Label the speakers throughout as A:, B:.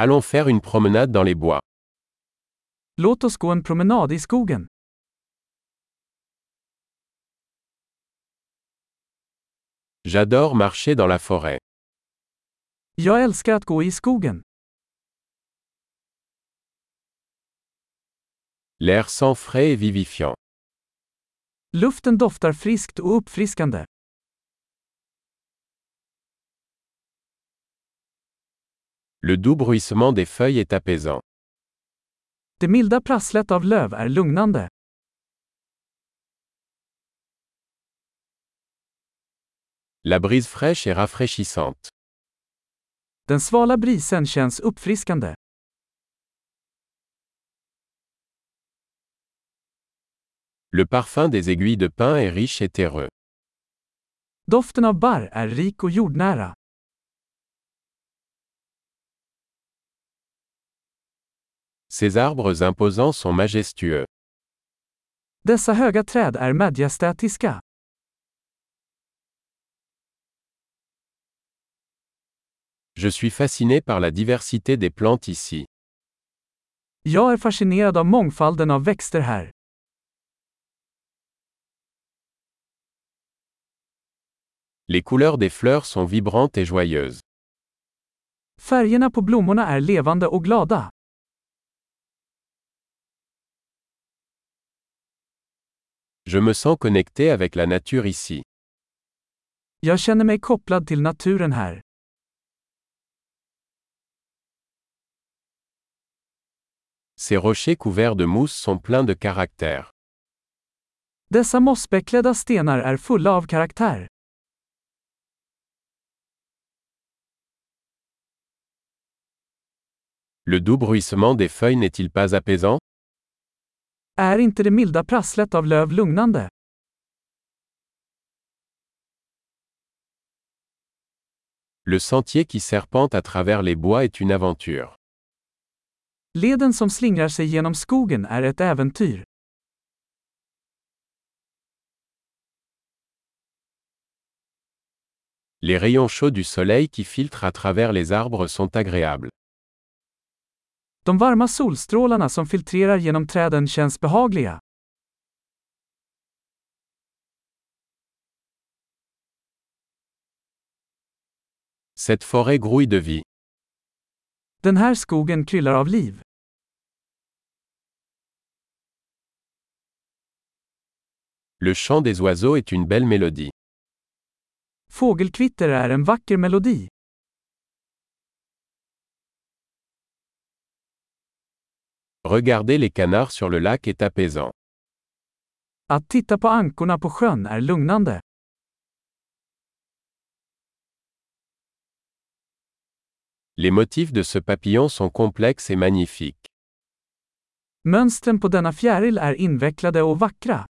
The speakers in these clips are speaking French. A: Allons faire une promenade dans les bois.
B: Låt oss gå en promenad i skogen.
A: J'adore marcher dans la forêt.
B: Jag älskar att gå i skogen.
A: L'air sent frais et vivifiant.
B: Luften doftar friskt och uppfriskande.
A: Le doux bruissement des feuilles est apaisant.
B: Det milda prasslet av löv är lugnande.
A: La brise fraîche est rafraîchissante.
B: Den svala brisen känns uppfriskande.
A: Le parfum des aiguilles de pin est riche et terreux.
B: Doften av barr är rik och jordnära.
A: Ces arbres imposants sont majestueux.
B: Dessa höga träd är majestätiska.
A: Je suis fasciné par la diversité des plantes ici.
B: Jag är fascinerad av mångfalden av växter här.
A: Les couleurs des fleurs sont vibrantes et joyeuses.
B: Färgerna på blommorna är levande och glada.
A: Je me sens connecté avec la nature ici.
B: Jag känner mig kopplad till naturen här.
A: Ces rochers couverts de mousse sont pleins de caractère.
B: Dessa mossbeklädda stenar är fulla av karaktär.
A: Le doux bruissement des feuilles n'est-il pas apaisant
B: Är inte det milda prasslet av löv lugnande?
A: Le sentier qui serpente à travers les bois est une aventure.
B: Leden som slingrar sig genom skogen är ett äventyr.
A: Les rayons chauds du soleil qui filtrent à travers les arbres sont agréables.
B: De varma solstrålarna som filtrerar genom träden känns behagliga.
A: Cette forêt grouille de vie.
B: Den här skogen kryllar av liv.
A: Le chant des oiseaux est une belle mélodie.
B: Fågelkvitter är en vacker melodi.
A: Regarder les canards sur le lac est apaisant.
B: Att titta på ankorna på sjön är lugnande.
A: Les motifs de ce papillon sont complexes et magnifiques.
B: Mönstren på denna fjäril är invecklade och vackra.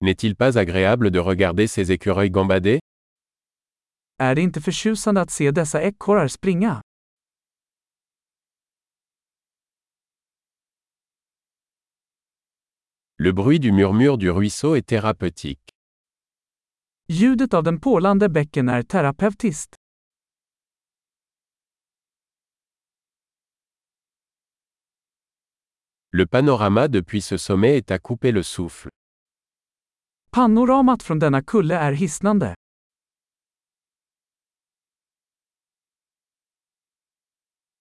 A: N'est-il pas agréable de regarder ces écureuils gambader
B: Är det inte förtjusande att se dessa ekorrar springa?
A: Le bruit du murmure du ruisseau est thérapeutique.
B: Ljudet av den pålande bäcken är terapeutiskt.
A: Le panorama depuis ce sommet est à couper le souffle.
B: Panoramat från denna kulle är hisnande.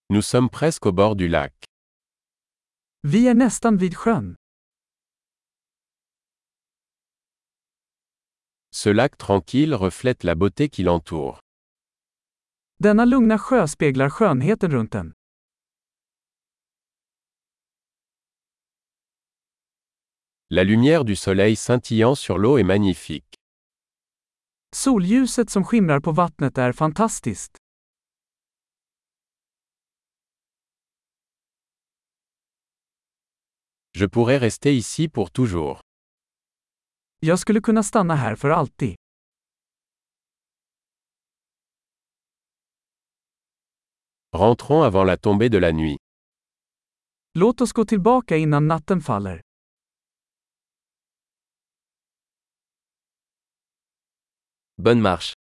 A: Nous sommes presque au bord du lac.
B: Vi är nästan vid sjön.
A: Ce lac tranquille reflète la beauté qui l'entoure.
B: Denna lugna sjö speglar skönheten runt den.
A: La lumière du soleil scintillant sur l'eau est magnifique.
B: Solljuset som skimrar på vattnet är fantastiskt.
A: Je pourrais rester ici pour toujours.
B: Jag skulle kunna stanna här för alltid.
A: Rentrons avant la tombée de la nuit.
B: Låt oss gå tillbaka innan natten faller.
C: Bonne marche.